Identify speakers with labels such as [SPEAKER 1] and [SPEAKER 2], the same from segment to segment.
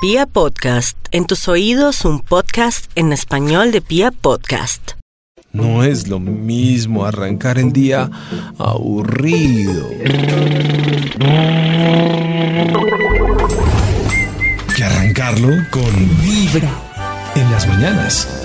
[SPEAKER 1] Pia Podcast, en tus oídos un podcast en español de Pia Podcast.
[SPEAKER 2] No es lo mismo arrancar el día aburrido que arrancarlo con vibra en las mañanas.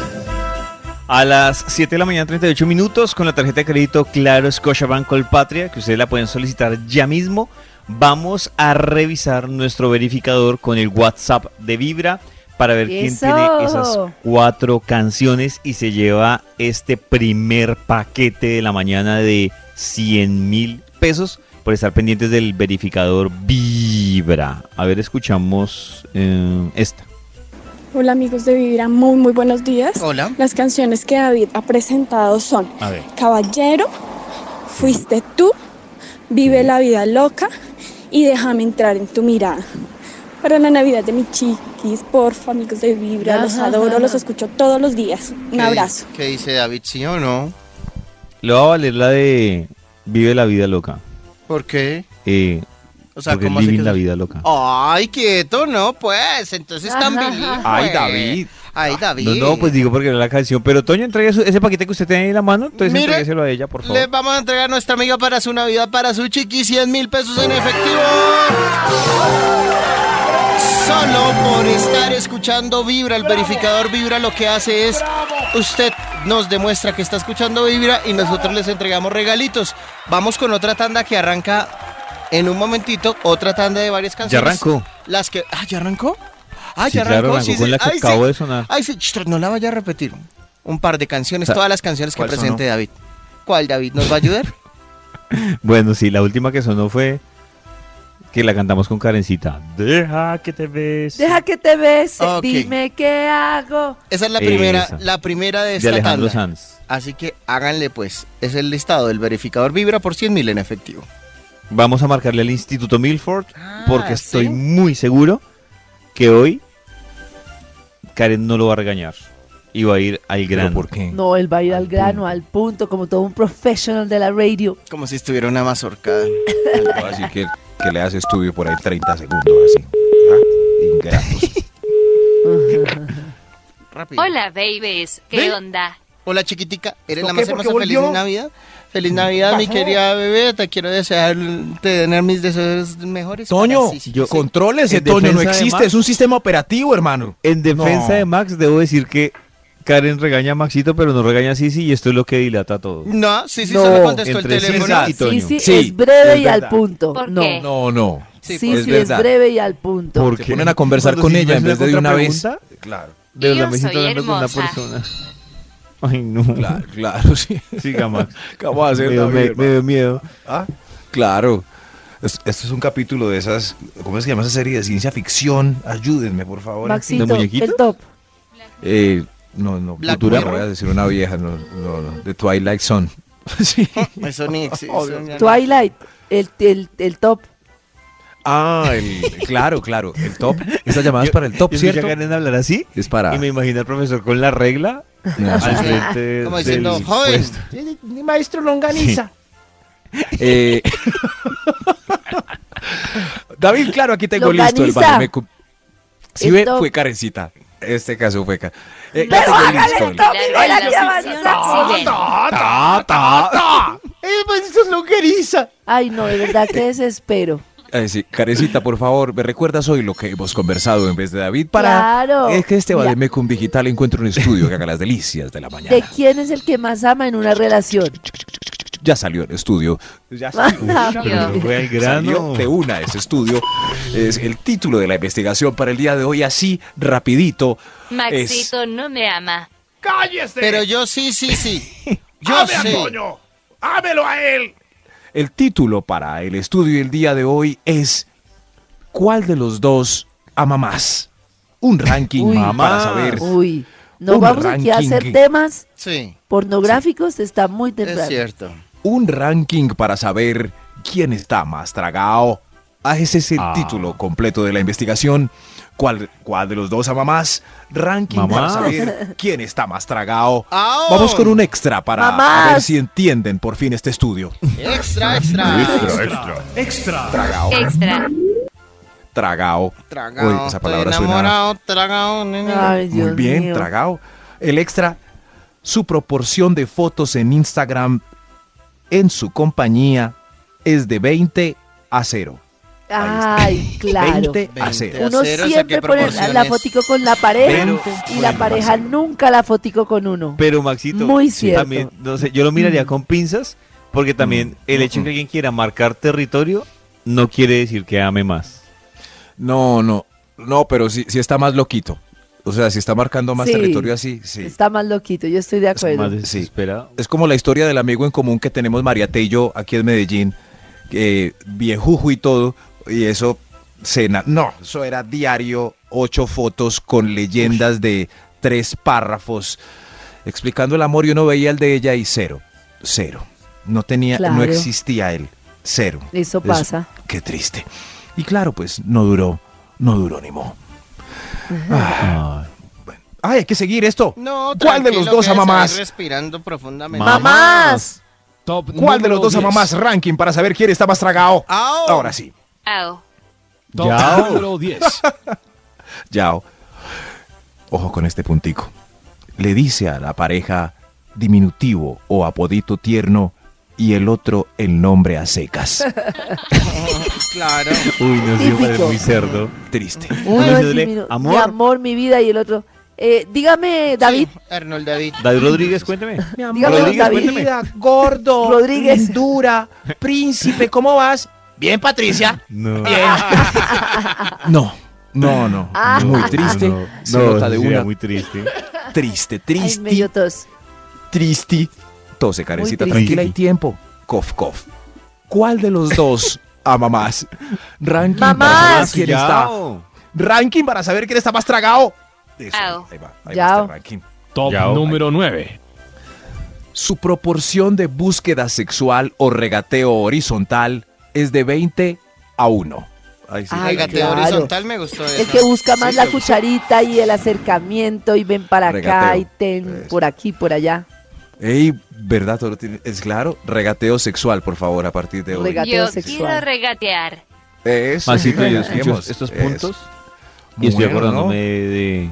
[SPEAKER 3] A las 7 de la mañana, 38 minutos, con la tarjeta de crédito Claro Scotiabank Colpatria, que ustedes la pueden solicitar ya mismo, vamos a revisar nuestro verificador con el WhatsApp de Vibra para ver quién
[SPEAKER 4] Eso.
[SPEAKER 3] tiene esas cuatro canciones y se lleva este primer paquete de la mañana de 100 mil pesos por estar pendientes del verificador Vibra. A ver, escuchamos eh, esta.
[SPEAKER 5] Hola amigos de Vibra, muy muy buenos días.
[SPEAKER 6] Hola.
[SPEAKER 5] Las canciones que David ha presentado son
[SPEAKER 3] A ver.
[SPEAKER 5] Caballero, Fuiste tú, Vive la vida loca y Déjame entrar en tu mirada. Para la Navidad de mis chiquis, porfa amigos de Vibra, los
[SPEAKER 4] Ajá.
[SPEAKER 5] adoro, los escucho todos los días. Un
[SPEAKER 6] ¿Qué di-
[SPEAKER 5] abrazo.
[SPEAKER 6] ¿Qué dice David? ¿Sí o no?
[SPEAKER 3] Le va a valer la de Vive la vida loca.
[SPEAKER 6] ¿Por qué?
[SPEAKER 3] Eh,
[SPEAKER 6] O sea,
[SPEAKER 3] porque
[SPEAKER 6] ¿cómo así
[SPEAKER 3] Living
[SPEAKER 6] que- Oh,
[SPEAKER 3] la vida loca.
[SPEAKER 6] Ay, quieto, no, pues. Entonces tan bilingüe.
[SPEAKER 3] Ay, David.
[SPEAKER 6] Ay, David.
[SPEAKER 3] No, no, pues digo porque era la canción. Pero Toño, entregue su- ese paquete que usted tiene ahí en la mano, entonces
[SPEAKER 6] Mire,
[SPEAKER 3] entrégueselo a ella, por favor.
[SPEAKER 6] Le vamos a entregar a nuestra amiga para su Navidad, para su chiqui, 100 mil pesos en efectivo. Solo por estar escuchando Vibra, el verificador Vibra lo que hace es, usted nos demuestra que está escuchando Vibra y nosotros les entregamos regalitos. Vamos con otra tanda que arranca en un momentito, otra tanda de varias canciones.
[SPEAKER 3] arrancó.
[SPEAKER 6] Las que... Ah, ya arrancó. Ah,
[SPEAKER 3] Sí,
[SPEAKER 6] ya
[SPEAKER 3] claro,
[SPEAKER 6] arrancó.
[SPEAKER 3] arrancó
[SPEAKER 6] sí,
[SPEAKER 3] con
[SPEAKER 6] sí.
[SPEAKER 3] la que
[SPEAKER 6] Ay, sí.
[SPEAKER 3] acabo de sonar.
[SPEAKER 6] Ay, sí, ch- no la vaya a repetir. Un par de canciones,
[SPEAKER 3] Sa-
[SPEAKER 6] todas las canciones que
[SPEAKER 3] ¿cuál
[SPEAKER 6] presente
[SPEAKER 3] sonó?
[SPEAKER 6] David. ¿Cuál, David? ¿Nos va a ayudar?
[SPEAKER 3] Bueno, sí, la última que sonó fue que la cantamos con Karencita. Deja que te ves.
[SPEAKER 4] Deja que te bese,
[SPEAKER 6] Ok.
[SPEAKER 4] dime qué hago.
[SPEAKER 6] Esa es la primera,
[SPEAKER 3] Esa.
[SPEAKER 6] la primera de
[SPEAKER 3] de
[SPEAKER 6] esta
[SPEAKER 3] Alejandro
[SPEAKER 6] tanda.
[SPEAKER 3] Sanz.
[SPEAKER 6] Así que háganle pues. Es el listado del verificador Vibra por 100 mil en efectivo.
[SPEAKER 3] Vamos a marcarle al Instituto Milford
[SPEAKER 6] Ah,
[SPEAKER 3] porque estoy
[SPEAKER 6] ¿sí?
[SPEAKER 3] muy seguro que hoy Karen no lo va a regañar y va a ir al grano.
[SPEAKER 2] ¿Por qué?
[SPEAKER 4] No, él va a ir
[SPEAKER 3] Al
[SPEAKER 4] al grano,
[SPEAKER 3] punto.
[SPEAKER 4] al punto, como todo un profesional de la radio.
[SPEAKER 6] Como si estuviera una mazorcada.
[SPEAKER 2] Así que, que le haces estudio por ahí 30 segundos así. Ah, ingratos.
[SPEAKER 6] Rápido.
[SPEAKER 7] Hola, babies. ¿Qué
[SPEAKER 6] ¿Ve?
[SPEAKER 7] onda?
[SPEAKER 6] Hola chiquitica. Eres
[SPEAKER 8] ¿Esto qué?
[SPEAKER 6] la más
[SPEAKER 8] ¿Por qué
[SPEAKER 6] hermosa. Feliz
[SPEAKER 8] volvió?
[SPEAKER 6] Navidad. Feliz Navidad, mi
[SPEAKER 8] Bajó.
[SPEAKER 6] querida bebé. Te quiero desear tener mis deseos mejores.
[SPEAKER 8] Toño,
[SPEAKER 6] para- sí, sí,
[SPEAKER 3] yo-
[SPEAKER 6] sí.
[SPEAKER 8] Contrólese,
[SPEAKER 3] En
[SPEAKER 8] Toño, no
[SPEAKER 3] defensa de Max.
[SPEAKER 8] existe, es un sistema operativo, hermano.
[SPEAKER 3] En defensa
[SPEAKER 8] No.
[SPEAKER 3] de Max, debo decir que Karen regaña a Maxito, pero no regaña a Sisi y esto es lo que dilata todo.
[SPEAKER 6] No, sí, sí,
[SPEAKER 4] No.
[SPEAKER 6] solo contestó el
[SPEAKER 3] Entre sí, sí,
[SPEAKER 6] teléfono.
[SPEAKER 4] Sí,
[SPEAKER 3] Y Toño.
[SPEAKER 4] sí,
[SPEAKER 8] Sí,
[SPEAKER 4] es breve
[SPEAKER 8] es
[SPEAKER 4] y al
[SPEAKER 8] verdad.
[SPEAKER 4] punto.
[SPEAKER 7] ¿Por
[SPEAKER 4] no.
[SPEAKER 7] qué?
[SPEAKER 8] No, no.
[SPEAKER 4] Eh. Sí,
[SPEAKER 6] Sí,
[SPEAKER 4] sí,
[SPEAKER 6] pues.
[SPEAKER 8] es
[SPEAKER 4] es
[SPEAKER 8] verdad.
[SPEAKER 4] breve y al punto.
[SPEAKER 3] ¿Por
[SPEAKER 8] Se
[SPEAKER 3] qué?
[SPEAKER 8] ponen a conversar
[SPEAKER 3] Cuando
[SPEAKER 8] con
[SPEAKER 3] Sisi me
[SPEAKER 8] ella en
[SPEAKER 3] hace
[SPEAKER 8] vez de de una vez.
[SPEAKER 3] contrapregunta,
[SPEAKER 8] Claro,
[SPEAKER 3] De verdad
[SPEAKER 7] Yo
[SPEAKER 3] me siento
[SPEAKER 7] soy
[SPEAKER 3] hablando con una
[SPEAKER 7] hermosa.
[SPEAKER 3] persona. Ay, no.
[SPEAKER 8] claro, claro, sí.
[SPEAKER 3] Siga, Max.
[SPEAKER 8] ¿Cómo va a
[SPEAKER 3] Me
[SPEAKER 8] hacer
[SPEAKER 3] dio,
[SPEAKER 8] David,
[SPEAKER 3] me, me
[SPEAKER 8] hermano?
[SPEAKER 3] dio miedo.
[SPEAKER 2] Ah, claro. Es- Esto es un capítulo de esas, ¿cómo se llama esa serie de ciencia ficción? Ayúdenme, por favor.
[SPEAKER 3] ¿De
[SPEAKER 4] Maxito,
[SPEAKER 3] muñequito?
[SPEAKER 4] el top.
[SPEAKER 2] Eh, no, no,
[SPEAKER 6] Black
[SPEAKER 2] futura,
[SPEAKER 6] Mirror.
[SPEAKER 2] voy a decir una vieja, no, no, no, de Twilight Zone. sí.
[SPEAKER 6] Eso ni existe. eso ya no.
[SPEAKER 4] Twilight, el, el, el top.
[SPEAKER 2] Ah, el- claro, claro, el top. Esta llamada es para el top,
[SPEAKER 3] Yo escuché a
[SPEAKER 2] ¿cierto?
[SPEAKER 3] Karen hablar así
[SPEAKER 2] Es para...
[SPEAKER 3] y me imagino al profesor con la regla
[SPEAKER 2] No,
[SPEAKER 8] Ah,
[SPEAKER 3] al
[SPEAKER 2] sí.
[SPEAKER 3] frente
[SPEAKER 6] Como
[SPEAKER 3] del
[SPEAKER 6] diciendo, joven,
[SPEAKER 3] puesto.
[SPEAKER 8] Maestro Longaniza.
[SPEAKER 2] Eh, David, claro, aquí tengo listo el
[SPEAKER 4] Longaniza.
[SPEAKER 2] baño. Me cu- Si
[SPEAKER 4] El
[SPEAKER 2] ve,
[SPEAKER 4] top.
[SPEAKER 2] fue carecita. Este caso fue eh, Karen.
[SPEAKER 4] Pero hágale el top,
[SPEAKER 7] Claro,
[SPEAKER 4] hola,
[SPEAKER 7] la
[SPEAKER 4] tía
[SPEAKER 7] sección
[SPEAKER 4] Marzán.
[SPEAKER 7] sigue.
[SPEAKER 2] pues,
[SPEAKER 4] Ay, no, de verdad que desespero.
[SPEAKER 2] Eh, sí, Karencita, por favor, me recuerdas hoy lo que hemos conversado en vez de David para
[SPEAKER 4] Claro.
[SPEAKER 2] es que este
[SPEAKER 4] Mira.
[SPEAKER 2] Bademecum Digital encuentra un estudio que haga las delicias de la mañana.
[SPEAKER 4] ¿De quién es el que más ama en una relación?
[SPEAKER 2] Ya salió el estudio. Ya
[SPEAKER 3] Pero no fue al
[SPEAKER 2] Salió
[SPEAKER 3] grano.
[SPEAKER 2] de una ese estudio. Es el título de la investigación para el día de hoy, así rapidito.
[SPEAKER 7] Maxito no me ama.
[SPEAKER 6] Pero yo sí, sí, sí. Yo sí.
[SPEAKER 2] El título para el estudio del día de hoy es ¿Cuál de los dos ama más? Un ranking
[SPEAKER 4] Uy.
[SPEAKER 2] Ah, para saber.
[SPEAKER 4] Uy, no
[SPEAKER 2] Un
[SPEAKER 4] vamos aquí a
[SPEAKER 2] ranking.
[SPEAKER 4] hacer temas
[SPEAKER 6] Sí,
[SPEAKER 4] pornográficos, está muy
[SPEAKER 6] es
[SPEAKER 4] temprano.
[SPEAKER 6] cierto.
[SPEAKER 2] Un ranking para saber quién está más tragado. Ah, ese es el
[SPEAKER 3] Ah.
[SPEAKER 2] título completo de la investigación. ¿Cuál, cuál de los dos ama más? Ranking para
[SPEAKER 3] Mamás.
[SPEAKER 2] saber quién está más tragado.
[SPEAKER 6] ¡Aún!
[SPEAKER 2] Vamos con un extra para a ver
[SPEAKER 4] Mamás.
[SPEAKER 2] si entienden por fin este estudio.
[SPEAKER 6] Extra, extra.
[SPEAKER 7] Extra.
[SPEAKER 2] tragao.
[SPEAKER 6] Tragado.
[SPEAKER 2] Uy, esa palabra
[SPEAKER 6] estoy
[SPEAKER 2] suena
[SPEAKER 6] enamorado, tragado. nena.
[SPEAKER 4] Ay, Dios
[SPEAKER 2] muy bien,
[SPEAKER 4] mío.
[SPEAKER 2] tragao. El extra, su proporción de fotos en Instagram en su compañía es de 20 a 0.
[SPEAKER 4] Ay, claro.
[SPEAKER 2] 20 a
[SPEAKER 6] 20.
[SPEAKER 2] 0.
[SPEAKER 4] Uno
[SPEAKER 6] Cero, o sea,
[SPEAKER 4] siempre
[SPEAKER 6] ¿qué
[SPEAKER 4] pone la- la
[SPEAKER 6] proporciones?
[SPEAKER 4] fotico con la pareja
[SPEAKER 2] Pero-
[SPEAKER 4] y la
[SPEAKER 2] bueno,
[SPEAKER 4] pareja
[SPEAKER 2] Maxito.
[SPEAKER 4] nunca la fotico con uno.
[SPEAKER 3] Pero Maxito,
[SPEAKER 4] Muy
[SPEAKER 3] sí, también,
[SPEAKER 4] cierto. Mm.
[SPEAKER 3] no sé, yo lo miraría con pinzas, porque también
[SPEAKER 8] Mm.
[SPEAKER 3] el hecho de que alguien quiera marcar territorio no quiere decir que ame más.
[SPEAKER 2] No, no, no, pero sí, sí está más loquito. O sea, si está marcando más
[SPEAKER 4] Sí.
[SPEAKER 2] territorio así, sí.
[SPEAKER 4] Está más loquito, yo estoy de acuerdo.
[SPEAKER 3] más desesperado.
[SPEAKER 2] Es como la historia del amigo en común que tenemos Mariate y yo aquí en Medellín, eh, viejujo y todo, y eso cena. No, eso era diario, ocho fotos con leyendas de tres párrafos explicando el amor y uno veía el de ella y cero, cero. No tenía,
[SPEAKER 4] Claro.
[SPEAKER 2] no existía él, cero.
[SPEAKER 4] Eso pasa.
[SPEAKER 2] Qué triste. Y claro, pues no duró, no duró ni mo. Ah, bueno. Ay, hay que seguir esto.
[SPEAKER 6] No,
[SPEAKER 2] ¿Cuál de los
[SPEAKER 6] tranquilo,
[SPEAKER 2] dos
[SPEAKER 6] que
[SPEAKER 2] ama
[SPEAKER 6] estoy
[SPEAKER 2] más?
[SPEAKER 6] Respirando profundamente.
[SPEAKER 3] Mamá.
[SPEAKER 4] ¡Mamás!
[SPEAKER 2] ¿Cuál de los dos ama más ranking para saber quién está más tragado?
[SPEAKER 6] Ao.
[SPEAKER 2] Ahora sí.
[SPEAKER 7] Ao.
[SPEAKER 8] Top
[SPEAKER 3] Yao.
[SPEAKER 8] número 10.
[SPEAKER 2] Yao. Ojo con este puntico. Le dice a la pareja diminutivo o apodito tierno y el otro el nombre a secas.
[SPEAKER 6] Claro.
[SPEAKER 3] Uy, no sé, parece
[SPEAKER 4] Típico.
[SPEAKER 3] muy cerdo.
[SPEAKER 2] Triste.
[SPEAKER 4] Uno es
[SPEAKER 3] diciéndole,
[SPEAKER 4] diminu-
[SPEAKER 3] amor.
[SPEAKER 4] Mi amor, mi vida y el otro. eh, dígame, David.
[SPEAKER 6] Sí, Arnold David.
[SPEAKER 3] David Rodríguez, cuénteme.
[SPEAKER 4] Dígame,
[SPEAKER 3] Rodríguez,
[SPEAKER 4] David.
[SPEAKER 3] cuénteme.
[SPEAKER 8] gordo,
[SPEAKER 4] Rodríguez.
[SPEAKER 8] dura, príncipe, ¿cómo vas? Bien, Patricia.
[SPEAKER 3] No. Ah,
[SPEAKER 2] No, no, no.
[SPEAKER 4] Ah.
[SPEAKER 2] Muy triste. Se nota de
[SPEAKER 3] sí,
[SPEAKER 2] una.
[SPEAKER 3] muy triste.
[SPEAKER 2] Triste,
[SPEAKER 4] Ay, medio
[SPEAKER 2] triste,
[SPEAKER 4] tos.
[SPEAKER 2] triste. Tose, carecita,
[SPEAKER 4] triste.
[SPEAKER 2] tranquila y tiempo. Cof, cof. ¿Cuál de los dos ama más? Ranking para
[SPEAKER 3] Ah,
[SPEAKER 4] Mamás.
[SPEAKER 2] saber quién está. Ranking para saber quién está más tragado. Eso,
[SPEAKER 7] Au.
[SPEAKER 2] ahí va, ahí va
[SPEAKER 4] Yao.
[SPEAKER 2] este ranking.
[SPEAKER 8] Top
[SPEAKER 3] Yao.
[SPEAKER 8] número 9.
[SPEAKER 2] Su proporción de búsqueda sexual o regateo horizontal es de 20 a 1. Ahí sí.
[SPEAKER 4] Ay,
[SPEAKER 6] Fíjate,
[SPEAKER 4] claro.
[SPEAKER 6] horizontal me gustó eso.
[SPEAKER 4] El que busca más
[SPEAKER 6] Sí,
[SPEAKER 4] la
[SPEAKER 6] me gustó.
[SPEAKER 4] cucharita y el acercamiento y ven para acá
[SPEAKER 2] Regateo.
[SPEAKER 4] y ten
[SPEAKER 2] Eso.
[SPEAKER 4] por aquí, por allá.
[SPEAKER 2] Ey, ¿verdad? Toro? Tiene- Es claro, regateo sexual, por favor, a partir de hoy.
[SPEAKER 4] Regateo.
[SPEAKER 7] Yo
[SPEAKER 4] sexual.
[SPEAKER 7] quiero regatear.
[SPEAKER 2] Eso,
[SPEAKER 3] Maxito, yo
[SPEAKER 2] regateemos.
[SPEAKER 3] escucho estos
[SPEAKER 2] Eso.
[SPEAKER 3] puntos y estoy
[SPEAKER 2] Bueno, ¿no?
[SPEAKER 3] acordándome de,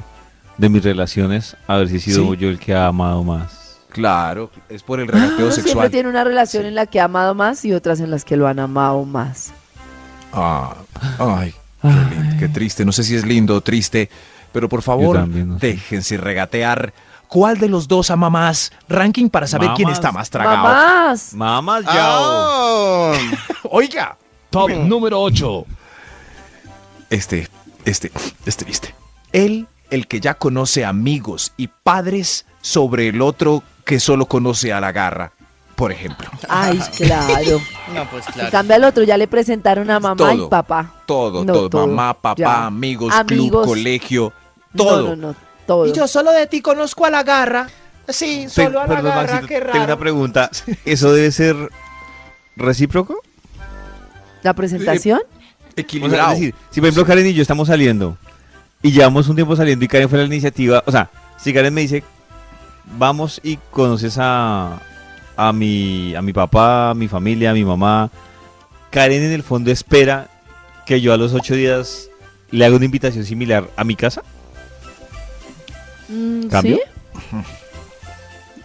[SPEAKER 3] de mis relaciones, a ver si he sido
[SPEAKER 2] Sí.
[SPEAKER 3] yo el que ha amado más.
[SPEAKER 2] Claro, es por el regateo
[SPEAKER 4] Uno Ah, siempre
[SPEAKER 2] sexual.
[SPEAKER 4] tiene una relación en la que ha amado más y otras en las que lo han amado más.
[SPEAKER 2] Ah, ay, qué, lindo, qué triste. No sé si es lindo o triste, pero por favor,
[SPEAKER 3] también, no sé.
[SPEAKER 2] déjense regatear. ¿Cuál de los dos ama más? Ranking para saber quién
[SPEAKER 3] Mamás.
[SPEAKER 2] está más tragado.
[SPEAKER 4] ¡Mamás!
[SPEAKER 3] Mamás, ya.
[SPEAKER 6] Ah,
[SPEAKER 2] Oiga,
[SPEAKER 8] Top número 8.
[SPEAKER 2] este, este, es triste. Él, el que ya conoce amigos y padres sobre el otro que solo conoce a la garra, por ejemplo.
[SPEAKER 4] Ay, claro.
[SPEAKER 6] No, pues
[SPEAKER 4] En
[SPEAKER 6] claro.
[SPEAKER 4] cambio al otro ya le presentaron a mamá y
[SPEAKER 2] Todo.
[SPEAKER 4] papá.
[SPEAKER 2] Todo,
[SPEAKER 4] No,
[SPEAKER 2] todo,
[SPEAKER 4] todo,
[SPEAKER 2] Mamá, papá,
[SPEAKER 4] ya.
[SPEAKER 2] amigos,
[SPEAKER 4] Amigos.
[SPEAKER 2] club, colegio,
[SPEAKER 4] No, No,
[SPEAKER 2] todo.
[SPEAKER 4] no, todo.
[SPEAKER 8] Y yo solo de ti conozco a la garra. Sí,
[SPEAKER 3] Te-
[SPEAKER 8] solo a la
[SPEAKER 3] perdón,
[SPEAKER 8] garra,
[SPEAKER 3] Maxito,
[SPEAKER 8] qué
[SPEAKER 3] Tengo una
[SPEAKER 8] raro.
[SPEAKER 3] pregunta. ¿Eso debe ser recíproco?
[SPEAKER 4] ¿La presentación?
[SPEAKER 3] O sea,
[SPEAKER 2] Equilibrado.
[SPEAKER 3] es decir, si por ejemplo Karen y yo estamos saliendo y llevamos un tiempo saliendo y Karen fue la iniciativa, o sea, si Karen me dice, vamos y conoces a, a, mi, a mi papá, a mi familia, a mi mamá, Karen en el fondo espera que yo a los ocho días le haga una invitación similar a mi casa.
[SPEAKER 4] Mm,
[SPEAKER 3] ¿Cambio?
[SPEAKER 4] ¿Sí?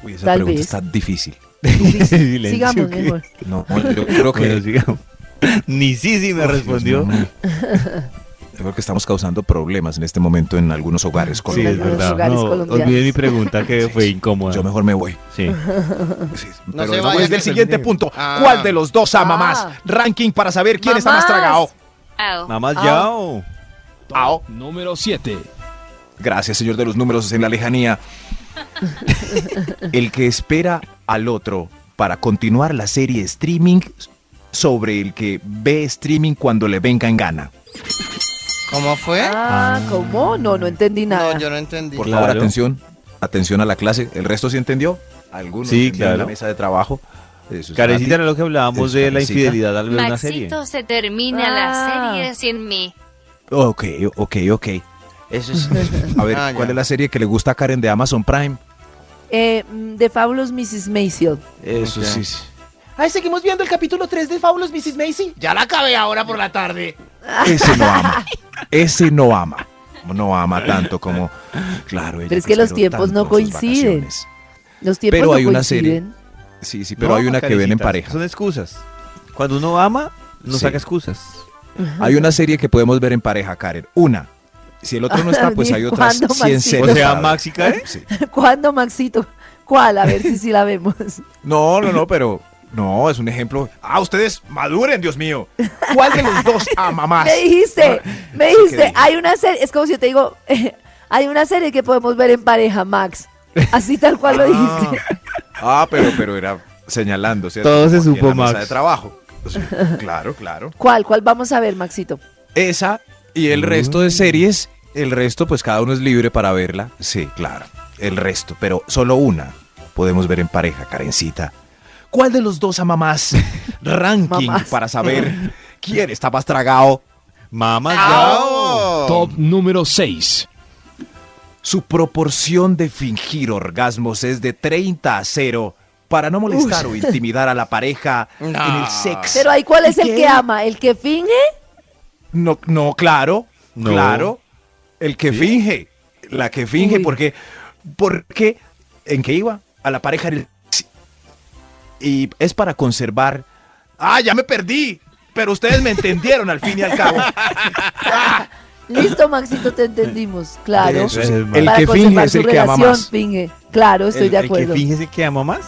[SPEAKER 2] Uy, esa
[SPEAKER 4] tal
[SPEAKER 2] pregunta
[SPEAKER 4] vez.
[SPEAKER 2] está difícil.
[SPEAKER 3] Silencio,
[SPEAKER 4] Sigamos
[SPEAKER 3] ¿qué?
[SPEAKER 4] mejor.
[SPEAKER 2] No, yo creo que...
[SPEAKER 3] Bueno, sigamos. Ni sí, sí me
[SPEAKER 2] Ay, Dios
[SPEAKER 3] respondió.
[SPEAKER 2] mío. Yo creo que estamos causando problemas en este momento en algunos hogares
[SPEAKER 3] Sí, es
[SPEAKER 2] colombianos.
[SPEAKER 4] Algunos
[SPEAKER 3] verdad.
[SPEAKER 4] hogares
[SPEAKER 3] No,
[SPEAKER 4] colombianos.
[SPEAKER 3] olvidé mi pregunta que fue incómoda.
[SPEAKER 2] Yo mejor me voy.
[SPEAKER 3] Sí.
[SPEAKER 2] Sí,
[SPEAKER 6] No
[SPEAKER 2] pero
[SPEAKER 6] se
[SPEAKER 2] es
[SPEAKER 6] vayan,
[SPEAKER 2] del
[SPEAKER 6] que
[SPEAKER 2] siguiente
[SPEAKER 3] termine.
[SPEAKER 2] punto.
[SPEAKER 6] Ah.
[SPEAKER 2] ¿Cuál de los dos ama
[SPEAKER 4] Ah.
[SPEAKER 2] más? Ranking para saber quién está más
[SPEAKER 4] Mamás.
[SPEAKER 2] tragado.
[SPEAKER 7] Ao.
[SPEAKER 3] Mamás,
[SPEAKER 4] Ah.
[SPEAKER 3] ya. o-
[SPEAKER 2] Ao.
[SPEAKER 8] Número 7.
[SPEAKER 2] Gracias, señor de los números en la lejanía. el que espera al otro para continuar la serie streaming sobre el que ve streaming cuando le venga en gana.
[SPEAKER 6] ¿Cómo fue?
[SPEAKER 4] Ah, ¿cómo? No, no entendí nada.
[SPEAKER 6] No, yo no entendí.
[SPEAKER 2] Por
[SPEAKER 3] Claro.
[SPEAKER 2] favor, atención. Atención a la clase. ¿El resto sí entendió? Algunos
[SPEAKER 3] Sí,
[SPEAKER 2] entendió en
[SPEAKER 3] claro.
[SPEAKER 2] la mesa de trabajo. Eso es
[SPEAKER 3] Carecita
[SPEAKER 2] gratis.
[SPEAKER 3] era lo que hablábamos
[SPEAKER 2] Es
[SPEAKER 3] de la
[SPEAKER 2] Karencita.
[SPEAKER 3] infidelidad al ver una serie.
[SPEAKER 7] Maxito se termina
[SPEAKER 4] Ah.
[SPEAKER 7] la serie sin mí.
[SPEAKER 2] Ok, ok, ok. Eso es. A ver,
[SPEAKER 6] Ah, ya.
[SPEAKER 2] ¿cuál es la serie que le gusta a Karen de Amazon Prime?
[SPEAKER 4] Eh, mm, de Fabulous Mrs. Maisel.
[SPEAKER 2] Eso sí, sí.
[SPEAKER 8] Ay, seguimos viendo el capítulo 3 de Fábulos Mrs. Macy. Ya la acabé ahora por la tarde.
[SPEAKER 2] Ese no ama. Ese no ama. No ama tanto como. Claro, ella
[SPEAKER 4] Pero es que los
[SPEAKER 2] esperó
[SPEAKER 4] tiempos no
[SPEAKER 2] tanto sus
[SPEAKER 4] coinciden.
[SPEAKER 2] vacaciones.
[SPEAKER 4] Los tiempos
[SPEAKER 2] Pero
[SPEAKER 4] no
[SPEAKER 2] hay una serie.
[SPEAKER 4] coinciden.
[SPEAKER 2] Sí, sí, pero hay una que ven en pareja.
[SPEAKER 3] Son excusas. Cuando uno ama, no
[SPEAKER 2] Sí.
[SPEAKER 3] saca excusas.
[SPEAKER 2] Hay una serie que podemos ver en pareja, Karen. Una. Si el otro no está, pues
[SPEAKER 4] Ni
[SPEAKER 2] hay otras
[SPEAKER 4] Juan, no,
[SPEAKER 2] 100
[SPEAKER 4] Maxito.
[SPEAKER 2] series.
[SPEAKER 3] O sea,
[SPEAKER 2] para ver.
[SPEAKER 3] Max y Karen.
[SPEAKER 2] Sí.
[SPEAKER 4] ¿Cuándo, Maxito? ¿Cuál? A ver si sí la vemos.
[SPEAKER 2] No, no, no, pero. No, es un ejemplo. Ah, ustedes maduren, Dios mío. ¿Cuál de los dos ama más? Ah,
[SPEAKER 4] Me dijiste, me
[SPEAKER 2] Sí que
[SPEAKER 4] dijiste,
[SPEAKER 2] dije.
[SPEAKER 4] hay una serie, es como si yo te digo, hay una serie que podemos ver en pareja, Max. Así tal cual lo dijiste.
[SPEAKER 2] Ah, pero, pero era señalando, ¿cierto?
[SPEAKER 3] Todo se
[SPEAKER 2] Aquí en
[SPEAKER 3] supo,
[SPEAKER 2] la mesa
[SPEAKER 3] Max.
[SPEAKER 2] de trabajo. Sí, claro, claro.
[SPEAKER 4] ¿Cuál? ¿Cuál vamos a ver, Maxito?
[SPEAKER 2] Esa y el resto de series, el resto, pues cada uno es libre para verla. Sí, claro. El resto, pero solo una podemos ver en pareja, Karencita. ¿Cuál de los dos ama más? Ranking
[SPEAKER 4] Mamás.
[SPEAKER 2] para saber quién está más tragado.
[SPEAKER 3] Mamá,
[SPEAKER 6] Oh,
[SPEAKER 9] Top número 6.
[SPEAKER 2] Su proporción de fingir orgasmos es de 30 a 0 para no molestar o intimidar a la pareja en el sexo.
[SPEAKER 4] Pero ahí, ¿cuál
[SPEAKER 2] ¿Y
[SPEAKER 4] es el
[SPEAKER 2] qué?
[SPEAKER 4] que ama? ¿El que finge?
[SPEAKER 2] No, no, claro,
[SPEAKER 3] No.
[SPEAKER 2] claro. El que finge, la que finge,
[SPEAKER 4] Uy.
[SPEAKER 2] porque, porque, ¿en qué iba? A la pareja. en el- Y es para conservar. Ah, ya me perdí, pero ustedes me entendieron al fin y al cabo.
[SPEAKER 4] Listo, Maxito, te entendimos. Claro.
[SPEAKER 2] Eso es,
[SPEAKER 3] El
[SPEAKER 2] el
[SPEAKER 4] Para
[SPEAKER 2] que finge
[SPEAKER 4] conservar
[SPEAKER 2] es
[SPEAKER 4] su
[SPEAKER 2] el que ama
[SPEAKER 4] relación,
[SPEAKER 2] más.
[SPEAKER 4] finge. Claro, estoy
[SPEAKER 2] El-
[SPEAKER 4] de
[SPEAKER 3] El que
[SPEAKER 4] acuerdo.
[SPEAKER 3] fíjese que ama más.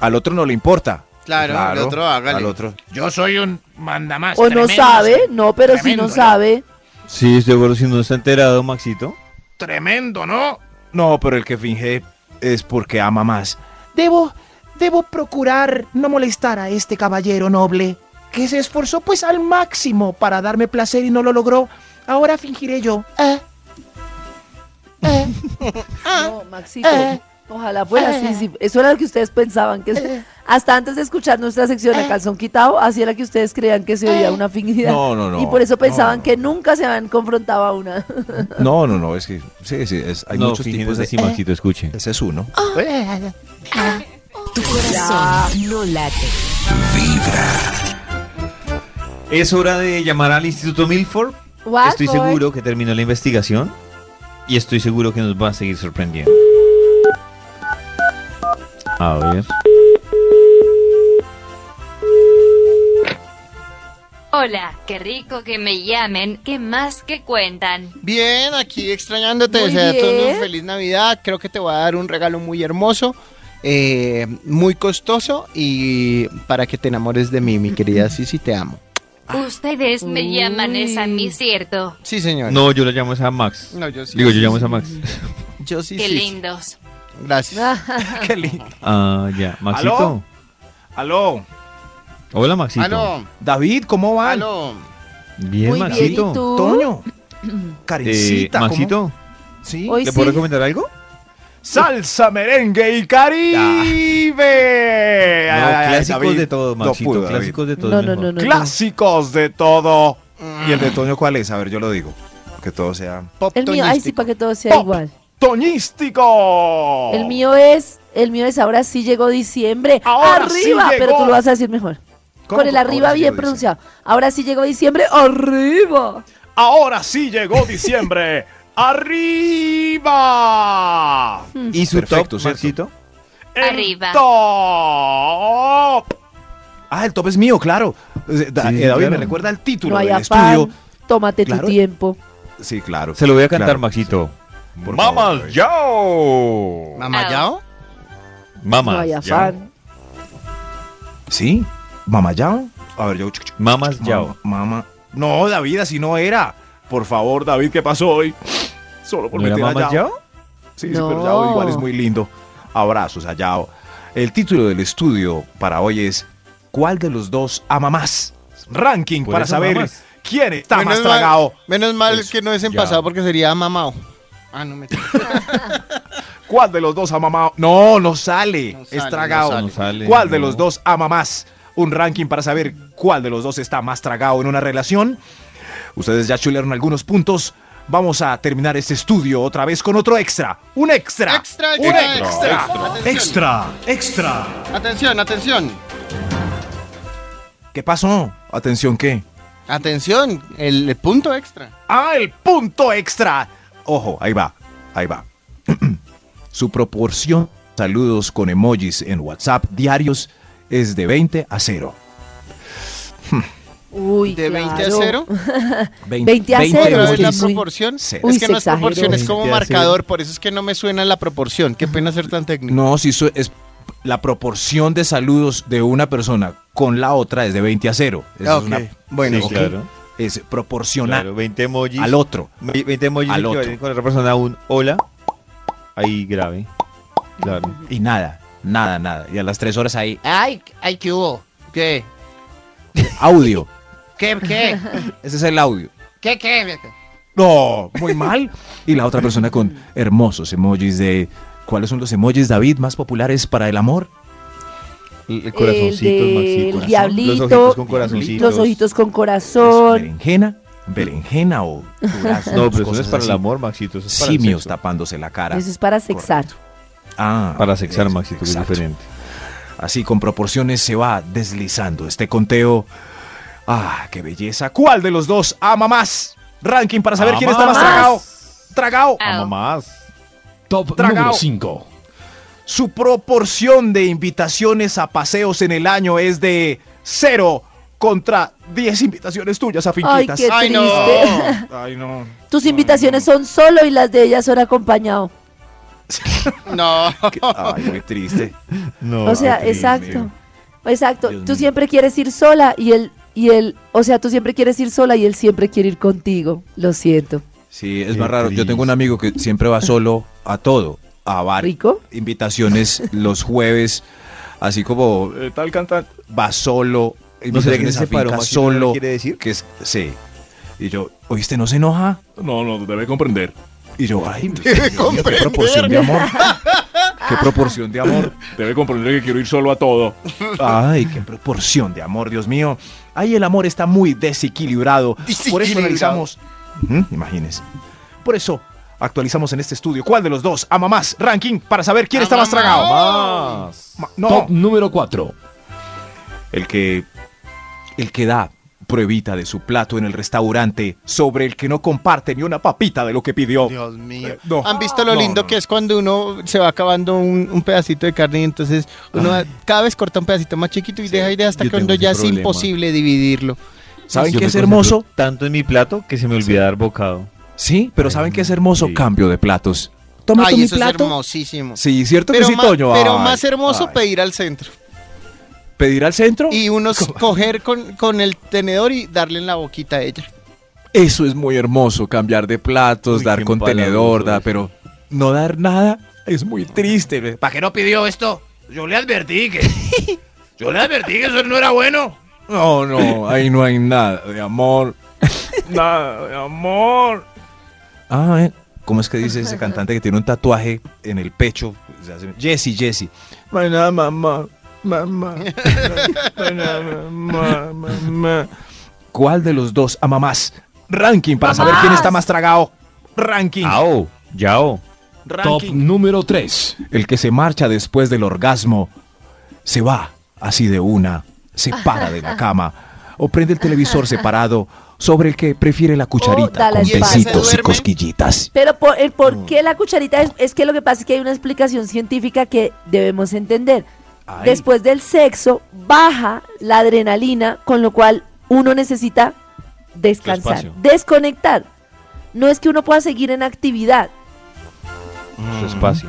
[SPEAKER 2] Al otro no le importa.
[SPEAKER 6] Claro, al otro hágale.
[SPEAKER 2] Al otro.
[SPEAKER 8] Yo soy un mandamás.
[SPEAKER 4] o no
[SPEAKER 8] tremendo,
[SPEAKER 4] sabe, no, pero si
[SPEAKER 8] Tremendo,
[SPEAKER 4] no sabe.
[SPEAKER 3] Sí, seguro si no está enterado, Maxito.
[SPEAKER 8] Tremendo, ¿no?
[SPEAKER 2] No, pero el que finge es porque ama más.
[SPEAKER 8] Debo, debo procurar no molestar a este caballero noble, que se esforzó pues al máximo para darme placer y no lo logró. Ahora fingiré yo. Ah,
[SPEAKER 4] No, Maxito. Ojalá fuera así. sí. Eso era lo que ustedes pensaban. que Hasta antes de escuchar nuestra sección a calzón quitado, así era que ustedes creían que se oía una fingida.
[SPEAKER 2] No, no, no.
[SPEAKER 4] Y por eso pensaban
[SPEAKER 2] No, no.
[SPEAKER 4] que nunca se habían confrontado a una.
[SPEAKER 2] No, no, no, es que sí, sí, es- hay
[SPEAKER 3] no,
[SPEAKER 2] muchos
[SPEAKER 3] fíjese
[SPEAKER 2] tipos de. eh.
[SPEAKER 3] así, Maxito, escuche.
[SPEAKER 2] Ese es uno.
[SPEAKER 1] Ah.
[SPEAKER 8] Pues,
[SPEAKER 1] Tu corazón no late.
[SPEAKER 3] Es hora de llamar al Instituto Milford.
[SPEAKER 4] What,
[SPEAKER 3] Estoy
[SPEAKER 4] boy?
[SPEAKER 3] seguro que terminó la investigación y estoy seguro que nos va a seguir sorprendiendo. A ver.
[SPEAKER 7] Hola, qué rico que me llamen. ¿Qué más que cuentan?
[SPEAKER 6] Bien, aquí extrañándote,
[SPEAKER 4] Muy
[SPEAKER 6] deseándote
[SPEAKER 4] bien.
[SPEAKER 6] una feliz Navidad. Creo que te voy a dar un regalo muy hermoso, eh, muy costoso y para que te enamores de mí, mi querida. Sí, sí, te amo.
[SPEAKER 7] Ustedes me
[SPEAKER 4] Uy.
[SPEAKER 7] llaman es a mí, ¿cierto?
[SPEAKER 6] Sí, señor.
[SPEAKER 3] No, yo la llamo esa Max.
[SPEAKER 6] No, yo sí.
[SPEAKER 3] Digo, yo
[SPEAKER 6] sí,
[SPEAKER 3] llamo
[SPEAKER 6] sí.
[SPEAKER 3] esa Max.
[SPEAKER 6] Yo sí, sí,
[SPEAKER 7] Qué
[SPEAKER 6] sí.
[SPEAKER 7] lindos.
[SPEAKER 6] Gracias.
[SPEAKER 2] Qué lindo.
[SPEAKER 3] Ah, ya. Maxito.
[SPEAKER 2] ¿Aló? Aló,
[SPEAKER 3] Hola, Maxito.
[SPEAKER 6] Aló,
[SPEAKER 2] David, ¿cómo van?
[SPEAKER 6] aló.
[SPEAKER 3] Bien,
[SPEAKER 4] Muy
[SPEAKER 3] Maxito.
[SPEAKER 4] bien, ¿y tú?
[SPEAKER 2] Toño.
[SPEAKER 3] Eh,
[SPEAKER 2] Karencita, ¿cómo?
[SPEAKER 3] Maxito,
[SPEAKER 2] Sí.
[SPEAKER 4] Hoy
[SPEAKER 3] ¿le
[SPEAKER 4] sí.
[SPEAKER 3] puedo recomendar algo?
[SPEAKER 2] Salsa, merengue y caribe. Eh, Ay,
[SPEAKER 3] no,
[SPEAKER 2] ay, ay,
[SPEAKER 3] clásicos
[SPEAKER 2] David,
[SPEAKER 3] de todo,
[SPEAKER 2] no
[SPEAKER 3] Maxito.
[SPEAKER 2] pudo, David.
[SPEAKER 3] clásicos de todo.
[SPEAKER 4] No,
[SPEAKER 3] es
[SPEAKER 4] no,
[SPEAKER 3] mejor.
[SPEAKER 4] no, no.
[SPEAKER 2] Clásicos de todo. ¿Y el de Toño cuál es? A ver, yo lo digo. Que todo sea
[SPEAKER 4] no.
[SPEAKER 6] Pop
[SPEAKER 4] El mío, ay sí,
[SPEAKER 6] toñístico.
[SPEAKER 4] para que todo sea
[SPEAKER 2] Pop.
[SPEAKER 4] igual.
[SPEAKER 2] toñístico.
[SPEAKER 4] El mío es, el mío es ahora sí llegó diciembre.
[SPEAKER 2] Ahora sí
[SPEAKER 4] arriba, pero
[SPEAKER 2] llegó.
[SPEAKER 4] tú lo vas a decir mejor.
[SPEAKER 2] ¿Cómo?
[SPEAKER 4] Con el arriba
[SPEAKER 2] Ahora sí
[SPEAKER 4] bien
[SPEAKER 2] llegó
[SPEAKER 4] pronunciado. Ahora sí llegó diciembre, arriba.
[SPEAKER 2] Ahora sí llegó diciembre. ¡Arriba!
[SPEAKER 3] ¿Y su
[SPEAKER 2] Perfecto,
[SPEAKER 3] top,
[SPEAKER 2] ¿cierto?
[SPEAKER 3] Maxito?
[SPEAKER 2] El
[SPEAKER 7] Arriba.
[SPEAKER 2] Top. Ah, el top es mío, claro. Eh, Da-
[SPEAKER 3] Sí,
[SPEAKER 2] eh, David,
[SPEAKER 3] claro.
[SPEAKER 2] me recuerda el título
[SPEAKER 4] No hay
[SPEAKER 2] del
[SPEAKER 4] afán,
[SPEAKER 2] estudio.
[SPEAKER 4] tómate
[SPEAKER 2] Claro.
[SPEAKER 4] tu tiempo.
[SPEAKER 2] Sí, claro.
[SPEAKER 3] Se lo voy a cantar,
[SPEAKER 2] Claro.
[SPEAKER 3] Maxito.
[SPEAKER 2] Por favor,
[SPEAKER 3] Mamas
[SPEAKER 2] David.
[SPEAKER 3] Yao.
[SPEAKER 6] ¿Mamayao?
[SPEAKER 3] Mamas
[SPEAKER 4] no hay
[SPEAKER 3] Yao.
[SPEAKER 4] afán.
[SPEAKER 2] ¿Sí? ¿Mamá Yao? A ver, yo. chuc, chuc,
[SPEAKER 3] Mamas
[SPEAKER 2] mamá,
[SPEAKER 3] Yao.
[SPEAKER 2] Mamá. No, David, así no era. Por favor, David, ¿qué pasó hoy? Solo por
[SPEAKER 3] ¿No era
[SPEAKER 2] meter a
[SPEAKER 3] Mamas
[SPEAKER 2] Yao.
[SPEAKER 3] Yao?
[SPEAKER 2] Sí, sí,
[SPEAKER 4] No.
[SPEAKER 2] pero Yao igual es muy lindo. Abrazos a Yao. El título del estudio para hoy es ¿Cuál de los dos ama más? Ranking
[SPEAKER 3] Por
[SPEAKER 2] para
[SPEAKER 3] eso
[SPEAKER 2] saber
[SPEAKER 3] mamas.
[SPEAKER 2] quién está más
[SPEAKER 6] mal-
[SPEAKER 2] tragado.
[SPEAKER 6] menos mal
[SPEAKER 2] Eso,
[SPEAKER 6] que no es en
[SPEAKER 3] ya.
[SPEAKER 6] pasado porque sería mamao. Ah, no me
[SPEAKER 2] ¿Cuál de los dos ama más? No, no sale.
[SPEAKER 6] No sale,
[SPEAKER 2] es
[SPEAKER 6] no
[SPEAKER 2] tragado.
[SPEAKER 6] sale.
[SPEAKER 3] No sale,
[SPEAKER 2] ¿Cuál de
[SPEAKER 3] no.
[SPEAKER 2] los dos ama más? Un ranking para saber cuál de los dos está más tragado en una relación. Ustedes ya chulearon algunos puntos. Vamos a terminar este estudio otra vez con otro extra. Un extra.
[SPEAKER 6] Extra,
[SPEAKER 2] un
[SPEAKER 6] extra,
[SPEAKER 2] extra.
[SPEAKER 6] extra. Atención.
[SPEAKER 9] Extra, extra.
[SPEAKER 6] Atención, atención.
[SPEAKER 2] ¿Qué pasó? Atención, ¿qué?
[SPEAKER 6] Atención, el, el punto extra.
[SPEAKER 2] ¡Ah, el punto extra! Ojo, ahí va, ahí va. Su proporción saludos con emojis en WhatsApp diarios es de 20 a 0.
[SPEAKER 4] Uy,
[SPEAKER 6] De 20
[SPEAKER 4] claro.
[SPEAKER 6] a 0.
[SPEAKER 2] 20,
[SPEAKER 4] 20 a cero,
[SPEAKER 6] Pero es la
[SPEAKER 4] Uy, sí.
[SPEAKER 6] proporción.
[SPEAKER 2] Sí.
[SPEAKER 6] es
[SPEAKER 4] Uy,
[SPEAKER 6] que
[SPEAKER 4] se
[SPEAKER 6] no es proporción,
[SPEAKER 4] exageró.
[SPEAKER 6] es como
[SPEAKER 3] Sí, así.
[SPEAKER 6] marcador, por eso es que no me suena la proporción. Qué pena ser tan técnico.
[SPEAKER 2] No, si eso es la proporción de saludos de una persona con la otra es de 20 a 0. Eso
[SPEAKER 6] Ah,
[SPEAKER 2] es, una-
[SPEAKER 6] ok. Bueno,
[SPEAKER 3] Sí,
[SPEAKER 6] ok.
[SPEAKER 3] claro.
[SPEAKER 2] es proporcional
[SPEAKER 3] Claro, 20 emojis.
[SPEAKER 2] al otro.
[SPEAKER 3] 20 emojis
[SPEAKER 2] Al
[SPEAKER 3] que
[SPEAKER 2] otro.
[SPEAKER 3] vayan con otra persona un hola. Ahí grave. Claro.
[SPEAKER 2] Y nada, nada, nada. Y a las 3 horas ahí,
[SPEAKER 6] Ay, ay, ¿qué hubo? ¿Qué?
[SPEAKER 2] audio.
[SPEAKER 6] ¿Qué? ¿Qué?
[SPEAKER 2] Ese es el audio.
[SPEAKER 6] ¿Qué? ¿Qué?
[SPEAKER 2] No, muy mal. Y la otra persona con hermosos emojis de... ¿Cuáles son los emojis, David, más populares para el amor?
[SPEAKER 3] El
[SPEAKER 4] El
[SPEAKER 3] corazoncito,
[SPEAKER 4] del
[SPEAKER 3] Maxito. Los
[SPEAKER 4] diablito,
[SPEAKER 3] ojitos con corazoncitos.
[SPEAKER 4] Los ojitos con
[SPEAKER 2] Eso,
[SPEAKER 4] corazón.
[SPEAKER 2] berenjena, berenjena o duraznos,
[SPEAKER 3] No, pero eso no
[SPEAKER 2] cosas
[SPEAKER 3] es para el
[SPEAKER 2] así.
[SPEAKER 3] amor, Maxito. Eso es para el
[SPEAKER 2] Simios
[SPEAKER 3] sexo.
[SPEAKER 2] tapándose la cara.
[SPEAKER 4] Eso es para sexar.
[SPEAKER 2] Ah,
[SPEAKER 3] Para sexar,
[SPEAKER 2] es-
[SPEAKER 3] Maxito, que es
[SPEAKER 2] exacto.
[SPEAKER 3] diferente.
[SPEAKER 2] Así con proporciones se va deslizando este conteo. Ah, qué belleza. ¿Cuál de los dos ama más? Ranking para saber quién está más
[SPEAKER 4] Ama más.
[SPEAKER 2] tragado. Tragado.
[SPEAKER 7] Ah.
[SPEAKER 3] Ama más.
[SPEAKER 9] Top
[SPEAKER 2] Tragao.
[SPEAKER 9] número 5.
[SPEAKER 2] Su proporción de invitaciones a paseos en el año es de cero contra 10 invitaciones tuyas a
[SPEAKER 4] Ay,
[SPEAKER 2] finquitas.
[SPEAKER 4] qué
[SPEAKER 6] Ay, no.
[SPEAKER 4] triste.
[SPEAKER 2] Ay, no.
[SPEAKER 4] Tus invitaciones son solo y las de ellas son acompañado.
[SPEAKER 6] No.
[SPEAKER 2] Qué- Ay, qué triste.
[SPEAKER 3] No,
[SPEAKER 4] O sea,
[SPEAKER 3] qué triste.
[SPEAKER 4] exacto. Exacto.
[SPEAKER 2] Dios
[SPEAKER 4] Tú
[SPEAKER 2] mío.
[SPEAKER 4] siempre quieres ir sola y él y él, o sea, tú siempre quieres ir sola y él siempre quiere ir contigo. Lo siento.
[SPEAKER 2] Sí, es
[SPEAKER 3] Qué
[SPEAKER 2] más raro. Yo
[SPEAKER 3] triste.
[SPEAKER 2] tengo un amigo que siempre va solo a todo, a bar,
[SPEAKER 4] Rico.
[SPEAKER 2] invitaciones los jueves, así como eh, tal cantante va solo,
[SPEAKER 3] ¿No será que
[SPEAKER 2] invitaciones
[SPEAKER 3] se
[SPEAKER 2] a
[SPEAKER 3] separó,
[SPEAKER 2] finca
[SPEAKER 3] Maxito? ¿No le
[SPEAKER 2] solo,
[SPEAKER 3] quiere decir?
[SPEAKER 2] que es sí. Y yo, ¿oíste no se enoja? No, no, debe comprender. Y yo, ay, Dios mío, qué
[SPEAKER 6] comprender.
[SPEAKER 2] proporción de amor. Qué proporción de amor.
[SPEAKER 9] Debe comprender que quiero ir solo a todo.
[SPEAKER 2] Ay, qué proporción de amor, Dios mío. Ahí el amor está muy desequilibrado. Por eso
[SPEAKER 6] Desequilibrado.
[SPEAKER 2] analizamos. Ujú, Imagínense. Por eso actualizamos en este estudio cuál de los dos ama más ranking para saber quién está
[SPEAKER 6] Ama
[SPEAKER 2] más tragado.
[SPEAKER 3] Más.
[SPEAKER 2] Ma- No,
[SPEAKER 9] Top número 4.
[SPEAKER 2] el que el que da pruebita de su plato en el restaurante sobre el que no comparte ni una papita de lo que pidió.
[SPEAKER 6] Dios mío.
[SPEAKER 2] Eh, no.
[SPEAKER 6] ¿Han visto lo
[SPEAKER 2] No,
[SPEAKER 6] lindo
[SPEAKER 2] no,
[SPEAKER 6] que es cuando uno se va acabando un, un pedacito de carne y entonces uno cada vez corta un pedacito más chiquito y deja ir hasta
[SPEAKER 3] yo
[SPEAKER 6] que
[SPEAKER 3] tengo
[SPEAKER 6] uno
[SPEAKER 3] ese
[SPEAKER 6] ya es
[SPEAKER 3] problema.
[SPEAKER 6] imposible dividirlo?
[SPEAKER 2] ¿Saben
[SPEAKER 3] Yo
[SPEAKER 2] qué
[SPEAKER 3] me
[SPEAKER 2] es hermoso?
[SPEAKER 3] concentro Tanto en mi plato que se me olvida dar bocado.
[SPEAKER 2] Sí, pero
[SPEAKER 3] Ay,
[SPEAKER 2] ¿saben qué es hermoso?
[SPEAKER 3] sí.
[SPEAKER 2] Cambio de platos. Toma tú
[SPEAKER 6] Ay,
[SPEAKER 2] mi
[SPEAKER 6] eso es
[SPEAKER 2] plato.
[SPEAKER 6] hermosísimo.
[SPEAKER 2] sí, cierto
[SPEAKER 6] Pero,
[SPEAKER 2] que sí,
[SPEAKER 6] ma-
[SPEAKER 2] Toño.
[SPEAKER 6] pero
[SPEAKER 2] Ay,
[SPEAKER 6] más hermoso
[SPEAKER 2] ay.
[SPEAKER 6] pedir al centro.
[SPEAKER 2] pedir al centro.
[SPEAKER 6] Y uno coger con, con el tenedor y darle en la boquita a ella.
[SPEAKER 2] Eso es muy hermoso, cambiar de platos,
[SPEAKER 3] Uy,
[SPEAKER 2] dar
[SPEAKER 3] qué
[SPEAKER 2] contenedor,
[SPEAKER 3] empalagoso
[SPEAKER 2] dar,
[SPEAKER 3] eso.
[SPEAKER 2] pero no dar nada es muy triste. ¿Para qué no pidió esto? Yo le advertí que. yo le advertí que eso no era bueno. No, no, ahí no hay nada de amor. nada de amor. Ah, ¿eh? ¿cómo es que dice ese cantante que tiene un tatuaje en el pecho? Se hace- Jesse, Jesse. No hay nada, mamá. Mamá. No hay nada, mamá. Mamá. ¿Cuál de los dos ama más? Ranking para saber quién está más tragado. Ranking.
[SPEAKER 3] Ao, yao.
[SPEAKER 9] Top
[SPEAKER 2] ranking.
[SPEAKER 9] número 3.
[SPEAKER 2] El que se marcha después del orgasmo se va así de una, se para de la cama o prende el televisor separado sobre el que prefiere la cucharita
[SPEAKER 4] da la
[SPEAKER 2] con
[SPEAKER 4] espalda.
[SPEAKER 2] besitos
[SPEAKER 6] ¿Se
[SPEAKER 2] y
[SPEAKER 6] duerme?
[SPEAKER 2] cosquillitas.
[SPEAKER 4] Pero por, el por qué la cucharita es, es que lo que pasa es que hay una explicación científica que debemos entender.
[SPEAKER 2] Ay.
[SPEAKER 4] Después del sexo baja la adrenalina, con lo cual uno necesita descansar,
[SPEAKER 3] Espacio.
[SPEAKER 4] desconectar. No es que uno pueda seguir en actividad,
[SPEAKER 6] Mm.
[SPEAKER 3] Su espacio.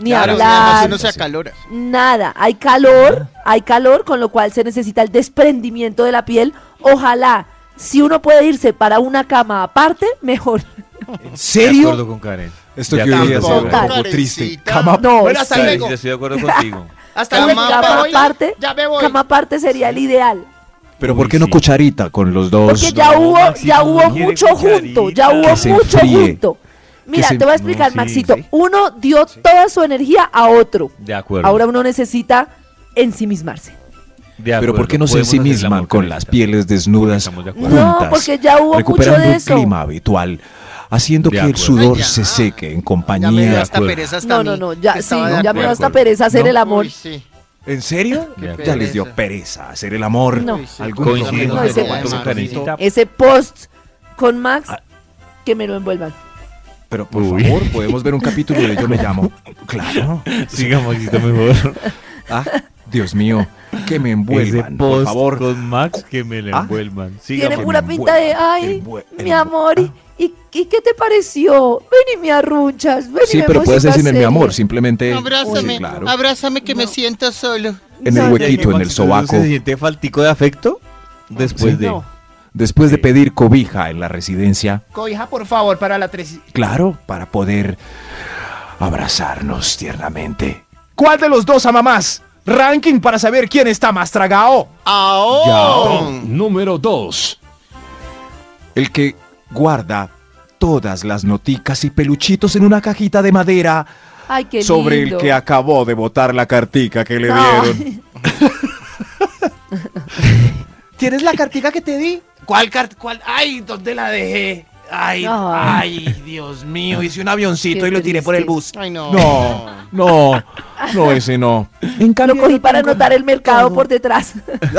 [SPEAKER 4] ni
[SPEAKER 6] Claro, además
[SPEAKER 4] hablar,
[SPEAKER 6] uno se acalora.
[SPEAKER 4] nada. Hay calor, hay calor, con lo cual se necesita el desprendimiento de la piel. Ojalá, si uno puede irse para una cama aparte, mejor.
[SPEAKER 2] ¿En
[SPEAKER 3] De
[SPEAKER 2] serio?
[SPEAKER 3] acuerdo con Karen.
[SPEAKER 2] Esto
[SPEAKER 3] De
[SPEAKER 2] que hoy
[SPEAKER 3] acuerdo
[SPEAKER 2] día es
[SPEAKER 3] con
[SPEAKER 2] un
[SPEAKER 6] Tampoco,
[SPEAKER 3] Karen.
[SPEAKER 2] poco triste.
[SPEAKER 6] Karencita.
[SPEAKER 2] Cama,
[SPEAKER 4] No,
[SPEAKER 6] Bueno, hasta
[SPEAKER 2] sí.
[SPEAKER 6] luego.
[SPEAKER 3] Sí, estoy de acuerdo contigo.
[SPEAKER 6] Hasta
[SPEAKER 4] Una
[SPEAKER 6] mamá,
[SPEAKER 4] cama
[SPEAKER 6] voy.
[SPEAKER 4] aparte,
[SPEAKER 6] Ya me voy.
[SPEAKER 4] cama aparte sería el ideal.
[SPEAKER 2] Pero
[SPEAKER 3] Uy,
[SPEAKER 2] ¿por qué no
[SPEAKER 3] sí.
[SPEAKER 2] cucharita con los dos?
[SPEAKER 4] Porque ya
[SPEAKER 3] No,
[SPEAKER 4] hubo,
[SPEAKER 3] Maxito,
[SPEAKER 4] ya
[SPEAKER 3] no
[SPEAKER 4] hubo
[SPEAKER 3] quiere
[SPEAKER 4] mucho
[SPEAKER 3] cucharita.
[SPEAKER 4] junto, ya
[SPEAKER 2] Que
[SPEAKER 4] hubo
[SPEAKER 2] se
[SPEAKER 4] mucho
[SPEAKER 2] enfríe.
[SPEAKER 4] junto. Mira,
[SPEAKER 2] se-
[SPEAKER 4] te voy a explicar,
[SPEAKER 3] no, sí,
[SPEAKER 4] Maxito.
[SPEAKER 3] sí.
[SPEAKER 4] Uno dio toda su energía a otro.
[SPEAKER 3] De acuerdo.
[SPEAKER 4] Ahora uno necesita ensimismarse.
[SPEAKER 3] De
[SPEAKER 2] Pero
[SPEAKER 3] acuerdo.
[SPEAKER 2] ¿por qué no se
[SPEAKER 3] Podemos hacer el
[SPEAKER 2] ensimisman
[SPEAKER 3] amor,
[SPEAKER 2] con las
[SPEAKER 3] Karencita.
[SPEAKER 2] pieles desnudas
[SPEAKER 3] Estamos de acuerdo.
[SPEAKER 2] juntas?
[SPEAKER 4] No, porque ya hubo mucho
[SPEAKER 2] recuperando
[SPEAKER 4] de
[SPEAKER 2] el
[SPEAKER 4] eso.
[SPEAKER 2] clima habitual, haciendo
[SPEAKER 3] De
[SPEAKER 2] que el
[SPEAKER 3] acuerdo.
[SPEAKER 2] sudor
[SPEAKER 6] Ay, ya.
[SPEAKER 2] se seque en
[SPEAKER 6] Ya me
[SPEAKER 2] compañía
[SPEAKER 6] dio
[SPEAKER 3] de
[SPEAKER 6] hasta
[SPEAKER 3] acuerdo.
[SPEAKER 6] pereza hasta
[SPEAKER 4] No,
[SPEAKER 6] a mí,
[SPEAKER 4] no, no, ya
[SPEAKER 6] que
[SPEAKER 4] sí,
[SPEAKER 6] estaba de
[SPEAKER 4] ya me
[SPEAKER 6] acuerdo.
[SPEAKER 4] da hasta pereza hacer
[SPEAKER 2] No.
[SPEAKER 4] el amor.
[SPEAKER 6] Uy, sí.
[SPEAKER 2] ¿En serio?
[SPEAKER 3] Qué
[SPEAKER 2] ya
[SPEAKER 6] pereza.
[SPEAKER 2] les dio pereza hacer el amor.
[SPEAKER 4] No.
[SPEAKER 2] Algún
[SPEAKER 3] Coincido
[SPEAKER 4] No, ese-
[SPEAKER 2] momento,
[SPEAKER 4] Coincido.
[SPEAKER 2] Karencita,
[SPEAKER 4] Ese post con Max,
[SPEAKER 2] Ah.
[SPEAKER 4] que me lo envuelvan.
[SPEAKER 2] Pero por
[SPEAKER 3] Uy.
[SPEAKER 2] favor, podemos ver un capítulo de Yo me llamo. Claro.
[SPEAKER 3] Sigamos, está mejor.
[SPEAKER 2] Ah, Dios mío, que me
[SPEAKER 3] Ese
[SPEAKER 2] envuelvan, por
[SPEAKER 3] post
[SPEAKER 2] favor.
[SPEAKER 3] con Max que me lo
[SPEAKER 2] Ah.
[SPEAKER 3] envuelvan.
[SPEAKER 4] Tiene
[SPEAKER 3] Sigamos.
[SPEAKER 4] pura
[SPEAKER 2] el
[SPEAKER 4] pinta
[SPEAKER 2] buen-
[SPEAKER 4] de, ay,
[SPEAKER 2] el buen- el
[SPEAKER 4] mi
[SPEAKER 2] buen-
[SPEAKER 4] amor, y, y- y qué te pareció? Ven y me arrunchas, ven y
[SPEAKER 2] Sí,
[SPEAKER 4] vemos
[SPEAKER 2] pero puede ser
[SPEAKER 4] una
[SPEAKER 2] sin el mi
[SPEAKER 4] serie".
[SPEAKER 2] amor, simplemente.
[SPEAKER 6] Abrázame,
[SPEAKER 2] Sí, claro.
[SPEAKER 6] abrázame que me siento solo.
[SPEAKER 2] En el
[SPEAKER 3] ¿Sabe que
[SPEAKER 2] huequito, en
[SPEAKER 3] cuando
[SPEAKER 2] el
[SPEAKER 3] uno
[SPEAKER 2] sobaco.
[SPEAKER 3] ¿Se siente faltico de afecto? Después de...
[SPEAKER 4] No.
[SPEAKER 2] Después de pedir cobija en la residencia,
[SPEAKER 8] Coija, por favor, para la tres.
[SPEAKER 2] claro, para poder abrazarnos tiernamente.
[SPEAKER 8] ¿Cuál de los dos ama más? Ranking para saber quién está más tragado.
[SPEAKER 9] Top
[SPEAKER 6] ¡Aón!
[SPEAKER 9] número 2.
[SPEAKER 2] El que guarda todas las noticas y peluchitos en una cajita de madera
[SPEAKER 4] Ay, qué
[SPEAKER 2] sobre
[SPEAKER 4] lindo.
[SPEAKER 2] el que acabó de botar la cartica que le
[SPEAKER 4] No.
[SPEAKER 2] dieron.
[SPEAKER 8] ¿Tienes la cartica que te di? ¿Cuál carta? ¿Cuál? ¡Ay! ¿Dónde la dejé? Ay,
[SPEAKER 4] Ay.
[SPEAKER 8] Dios mío, hice un avioncito
[SPEAKER 4] Qué tristeza.
[SPEAKER 6] Ay, no.
[SPEAKER 2] No, no, no, ese no.
[SPEAKER 4] Lo cogí para anotar el mercado por detrás.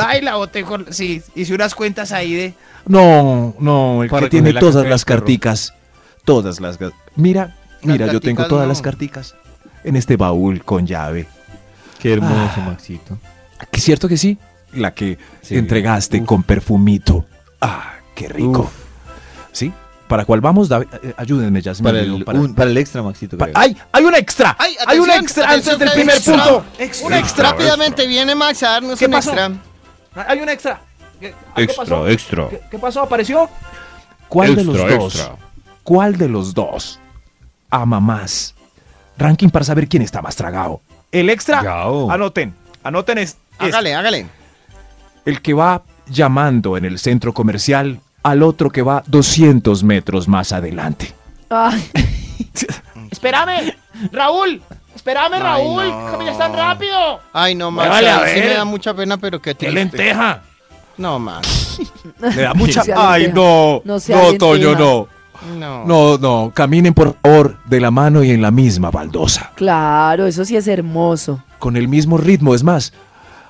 [SPEAKER 8] Ay, la boté con... Sí, hice unas cuentas ahí de...
[SPEAKER 2] No, no, el
[SPEAKER 3] Para
[SPEAKER 2] que tiene
[SPEAKER 3] coger la
[SPEAKER 2] todas
[SPEAKER 3] caca
[SPEAKER 2] las
[SPEAKER 3] del perro.
[SPEAKER 2] carticas. Todas las. ga- Mira, mira, yo tengo
[SPEAKER 6] carticas
[SPEAKER 2] todas
[SPEAKER 6] no.
[SPEAKER 2] las carticas en este baúl con llave.
[SPEAKER 3] Qué hermoso,
[SPEAKER 2] Ah.
[SPEAKER 3] Maxito.
[SPEAKER 2] ¿Que ¿Cierto que sí? La que
[SPEAKER 3] Sí.
[SPEAKER 2] entregaste
[SPEAKER 3] Uf.
[SPEAKER 2] con perfumito. Ah, qué rico.
[SPEAKER 3] Uf.
[SPEAKER 2] ¿Sí? ¿Para cuál vamos, David? Eh, Ayúdenme, ya se me
[SPEAKER 3] Para
[SPEAKER 2] olvidó,
[SPEAKER 3] el,
[SPEAKER 2] para-
[SPEAKER 3] un- para el extra, Maxito.
[SPEAKER 2] pa-
[SPEAKER 3] creo.
[SPEAKER 2] ¡Ay! ¡Hay un extra!
[SPEAKER 6] Ay,
[SPEAKER 2] ¡Hay un
[SPEAKER 6] atención,
[SPEAKER 2] extra
[SPEAKER 6] atención,
[SPEAKER 2] antes del
[SPEAKER 6] hay
[SPEAKER 2] primer
[SPEAKER 6] extra.
[SPEAKER 2] punto!
[SPEAKER 8] Extra.
[SPEAKER 6] Un extra. Rápidamente viene Max a darnos
[SPEAKER 8] ¿Qué
[SPEAKER 6] un
[SPEAKER 8] pasó?
[SPEAKER 6] extra.
[SPEAKER 8] Hay un extra. ¿Qué, ¿qué pasó?
[SPEAKER 3] extra.
[SPEAKER 8] ¿Qué, qué pasó? ¿Apareció?
[SPEAKER 2] ¿Cuál de
[SPEAKER 9] Extra,
[SPEAKER 2] los dos?
[SPEAKER 9] extra.
[SPEAKER 2] ¿Cuál de los dos ama más? Ranking para saber quién está más tragado.
[SPEAKER 8] El extra.
[SPEAKER 3] Yao.
[SPEAKER 8] Anoten. Anoten es... es-
[SPEAKER 6] Hágale, hágale.
[SPEAKER 2] El que va llamando en el centro comercial al otro que va 200 metros más adelante.
[SPEAKER 4] Ay,
[SPEAKER 8] Espérame, Raúl. Espérame,
[SPEAKER 6] Ay,
[SPEAKER 8] Raúl.
[SPEAKER 6] no.
[SPEAKER 8] ¡Déjame ya tan rápido.
[SPEAKER 6] Ay, no, Max.
[SPEAKER 8] Hágale, a
[SPEAKER 6] ay, sí
[SPEAKER 8] ver.
[SPEAKER 6] me da mucha pena, pero qué
[SPEAKER 8] ¡Qué
[SPEAKER 6] triste.
[SPEAKER 8] lenteja!
[SPEAKER 6] No, Max.
[SPEAKER 2] Le da mucha.
[SPEAKER 4] se
[SPEAKER 2] ¡Ay,
[SPEAKER 4] alenteja.
[SPEAKER 2] no!
[SPEAKER 4] No
[SPEAKER 2] No,
[SPEAKER 4] se alenteja.
[SPEAKER 2] Toño, no.
[SPEAKER 6] No.
[SPEAKER 2] No, no. Caminen, por favor, de la mano y en la misma baldosa.
[SPEAKER 4] claro, eso sí es hermoso.
[SPEAKER 2] Con el mismo ritmo. Es más,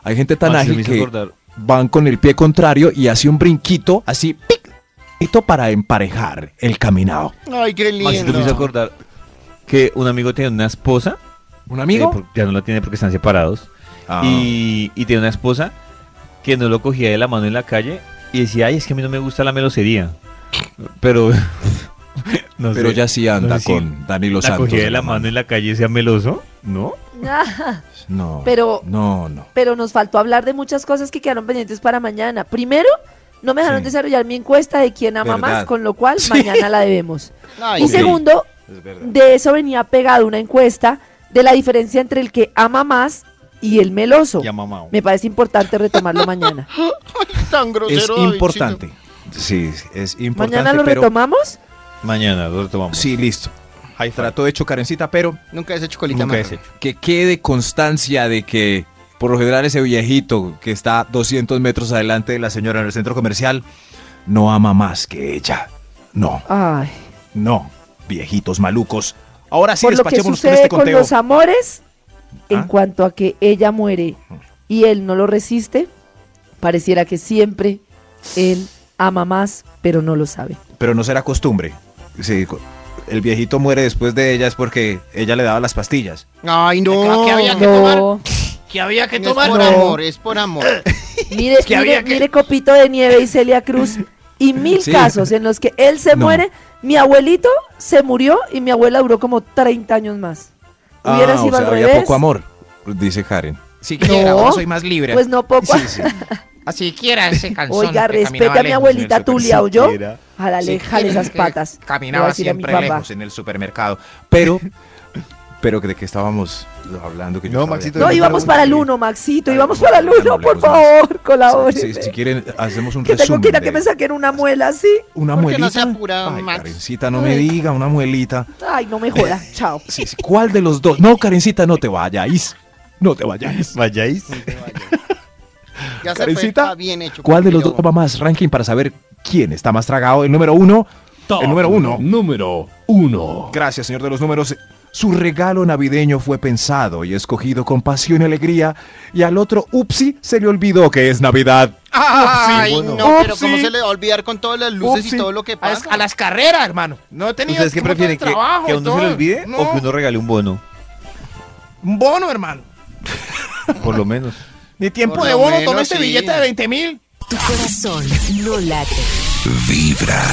[SPEAKER 2] hay gente tan
[SPEAKER 3] Max, se me
[SPEAKER 2] ágil
[SPEAKER 3] hizo
[SPEAKER 2] que
[SPEAKER 3] acordar.
[SPEAKER 2] van con el pie contrario y hace un brinquito, así, pic, esto para emparejar el caminado.
[SPEAKER 6] Ay, qué
[SPEAKER 3] Maxito me hizo
[SPEAKER 6] lindo.
[SPEAKER 3] acordar que un amigo tiene una esposa.
[SPEAKER 2] ¿Un
[SPEAKER 3] eh,
[SPEAKER 2] amigo?
[SPEAKER 3] por- ya no la tiene porque están separados.
[SPEAKER 2] Ah.
[SPEAKER 3] Y, y tiene una esposa que no lo cogía de la mano en la calle y decía, ay, es que a mí no me gusta la melosería. Pero... no
[SPEAKER 2] Pero
[SPEAKER 3] sé,
[SPEAKER 2] ya sí
[SPEAKER 3] no
[SPEAKER 2] anda
[SPEAKER 3] sé si
[SPEAKER 2] con Danilo
[SPEAKER 3] La
[SPEAKER 2] Santos.
[SPEAKER 3] cogía de
[SPEAKER 2] en
[SPEAKER 3] la mano en la calle y decía meloso, ¿no?
[SPEAKER 4] Ah,
[SPEAKER 2] No.
[SPEAKER 4] Pero-
[SPEAKER 2] No, no.
[SPEAKER 4] Pero nos faltó hablar de muchas cosas que quedaron pendientes para mañana. Primero, no me dejaron
[SPEAKER 2] Sí.
[SPEAKER 4] desarrollar mi encuesta de quién ama más,
[SPEAKER 2] Verdad.
[SPEAKER 4] con lo cual mañana la debemos.
[SPEAKER 6] Ay,
[SPEAKER 4] y
[SPEAKER 6] sí.
[SPEAKER 4] segundo, de eso venía pegado una encuesta de la diferencia entre el que ama más y el meloso.
[SPEAKER 3] Ya mamao.
[SPEAKER 4] Me parece importante retomarlo mañana.
[SPEAKER 6] Tan
[SPEAKER 2] Es
[SPEAKER 6] grosero, Davidcito.
[SPEAKER 2] importante. Sí, es importante.
[SPEAKER 4] ¿Mañana lo
[SPEAKER 2] pero...
[SPEAKER 4] retomamos?
[SPEAKER 3] Mañana lo retomamos.
[SPEAKER 2] Sí, listo.
[SPEAKER 3] High five.
[SPEAKER 2] Trató de hecho Karencita, pero
[SPEAKER 6] Nunca has hecho colita
[SPEAKER 3] Nunca
[SPEAKER 6] Max.
[SPEAKER 3] es hecho.
[SPEAKER 2] que quede constancia de que por lo general ese viejito que está 200 metros adelante de la señora en el centro comercial no ama más que ella. No,
[SPEAKER 4] Ay.
[SPEAKER 2] no, viejitos malucos. Ahora sí,
[SPEAKER 4] Por lo que
[SPEAKER 2] despachémonos con
[SPEAKER 4] sucede
[SPEAKER 2] este
[SPEAKER 4] con
[SPEAKER 2] conteo.
[SPEAKER 4] los amores, en
[SPEAKER 2] ¿Ah?
[SPEAKER 4] cuanto a que ella muere y él no lo resiste, pareciera que siempre él ama más, pero no lo sabe.
[SPEAKER 2] Pero no será costumbre. Sí, co- el viejito muere después de ella es porque ella le daba las pastillas.
[SPEAKER 6] Ay, no.
[SPEAKER 8] Acá que había que tomar.
[SPEAKER 4] No,
[SPEAKER 8] Que había que
[SPEAKER 6] No es
[SPEAKER 8] tomar.
[SPEAKER 6] por
[SPEAKER 4] No.
[SPEAKER 6] amor, es por amor.
[SPEAKER 4] mire,
[SPEAKER 8] que
[SPEAKER 4] mire,
[SPEAKER 8] había que-
[SPEAKER 4] mire Copito de Nieve y Celia Cruz y mil
[SPEAKER 2] Sí.
[SPEAKER 4] casos en los que él se
[SPEAKER 2] No.
[SPEAKER 4] muere, mi abuelito se murió y mi abuela duró como 30 años más. Hubiera
[SPEAKER 2] ah, o
[SPEAKER 4] sido
[SPEAKER 2] sea,
[SPEAKER 4] al
[SPEAKER 2] había
[SPEAKER 4] revés.
[SPEAKER 2] poco amor, dice Karen.
[SPEAKER 4] No,
[SPEAKER 8] más libre.
[SPEAKER 4] Pues no poco.
[SPEAKER 2] Sí, sí.
[SPEAKER 8] Siquiera ese calzón.
[SPEAKER 4] Oiga,
[SPEAKER 8] que
[SPEAKER 4] respete a
[SPEAKER 8] caminaba
[SPEAKER 4] mi
[SPEAKER 8] lejos en
[SPEAKER 4] abuelita
[SPEAKER 8] el super-
[SPEAKER 4] Tulia, yo
[SPEAKER 3] siquiera.
[SPEAKER 4] Jálale, jale esas patas. le voy a decir a mi papá.
[SPEAKER 2] en el supermercado. Pero, pero de que estábamos hablando que yo
[SPEAKER 3] No,
[SPEAKER 2] estaba
[SPEAKER 3] Maxito,
[SPEAKER 2] de
[SPEAKER 4] No,
[SPEAKER 2] acuerdo.
[SPEAKER 4] íbamos para el uno, Maxito,
[SPEAKER 2] Ay,
[SPEAKER 4] íbamos
[SPEAKER 2] no,
[SPEAKER 4] para el
[SPEAKER 2] no, no
[SPEAKER 4] uno, por
[SPEAKER 2] hablemos más.
[SPEAKER 4] favor, colabore.
[SPEAKER 2] Si, si quieren, hacemos un
[SPEAKER 4] Ah, Que tengo
[SPEAKER 2] resumen.
[SPEAKER 4] que ir a
[SPEAKER 2] de-
[SPEAKER 4] que me saquen una muela, ¿sí?
[SPEAKER 2] Una
[SPEAKER 6] ¿Por qué
[SPEAKER 2] muelita.
[SPEAKER 6] no se apura,
[SPEAKER 2] Ay,
[SPEAKER 6] Max?
[SPEAKER 2] Karencita, no me diga, una muelita.
[SPEAKER 4] Ay, no me joda, chao.
[SPEAKER 2] Sí, sí, ¿Cuál de los dos? No, Karencita, no te vayáis. No te vayáis.
[SPEAKER 3] ¿Vayáis?
[SPEAKER 6] Ya se fue.
[SPEAKER 2] Karencita,
[SPEAKER 6] Ah, bien hecho.
[SPEAKER 2] ¿cuál de los dos
[SPEAKER 6] Cupido.
[SPEAKER 2] va más ranking para saber quién está más tragado? El número uno.
[SPEAKER 9] Top
[SPEAKER 2] El número uno.
[SPEAKER 9] Número 1.
[SPEAKER 2] Gracias, señor de los números. Su regalo navideño fue pensado y escogido con pasión y alegría, y al otro Upsi se le olvidó que es Navidad.
[SPEAKER 6] Ay,
[SPEAKER 2] bueno.
[SPEAKER 6] no, pero ¿cómo
[SPEAKER 2] Upsi.
[SPEAKER 6] se le va a olvidar con todas las luces
[SPEAKER 2] Upsi.
[SPEAKER 6] y todo lo que
[SPEAKER 8] A las,
[SPEAKER 6] pasa?
[SPEAKER 8] a las carreras, hermano. No he tenido
[SPEAKER 3] ¿Ustedes qué
[SPEAKER 8] mucho
[SPEAKER 3] prefieren? ¿Que,
[SPEAKER 8] trabajo
[SPEAKER 3] que a
[SPEAKER 8] y
[SPEAKER 3] uno se
[SPEAKER 8] todo.
[SPEAKER 3] le olvide
[SPEAKER 8] No,
[SPEAKER 3] o que uno regale un bono?
[SPEAKER 8] Un bono, hermano.
[SPEAKER 3] Por lo menos.
[SPEAKER 8] Ni tiempo
[SPEAKER 6] Por
[SPEAKER 8] de
[SPEAKER 6] lo
[SPEAKER 8] bono,
[SPEAKER 6] menos,
[SPEAKER 8] tome este
[SPEAKER 6] sí.
[SPEAKER 8] billete de 20 mil.
[SPEAKER 1] Tu corazón no late.
[SPEAKER 9] Vibra.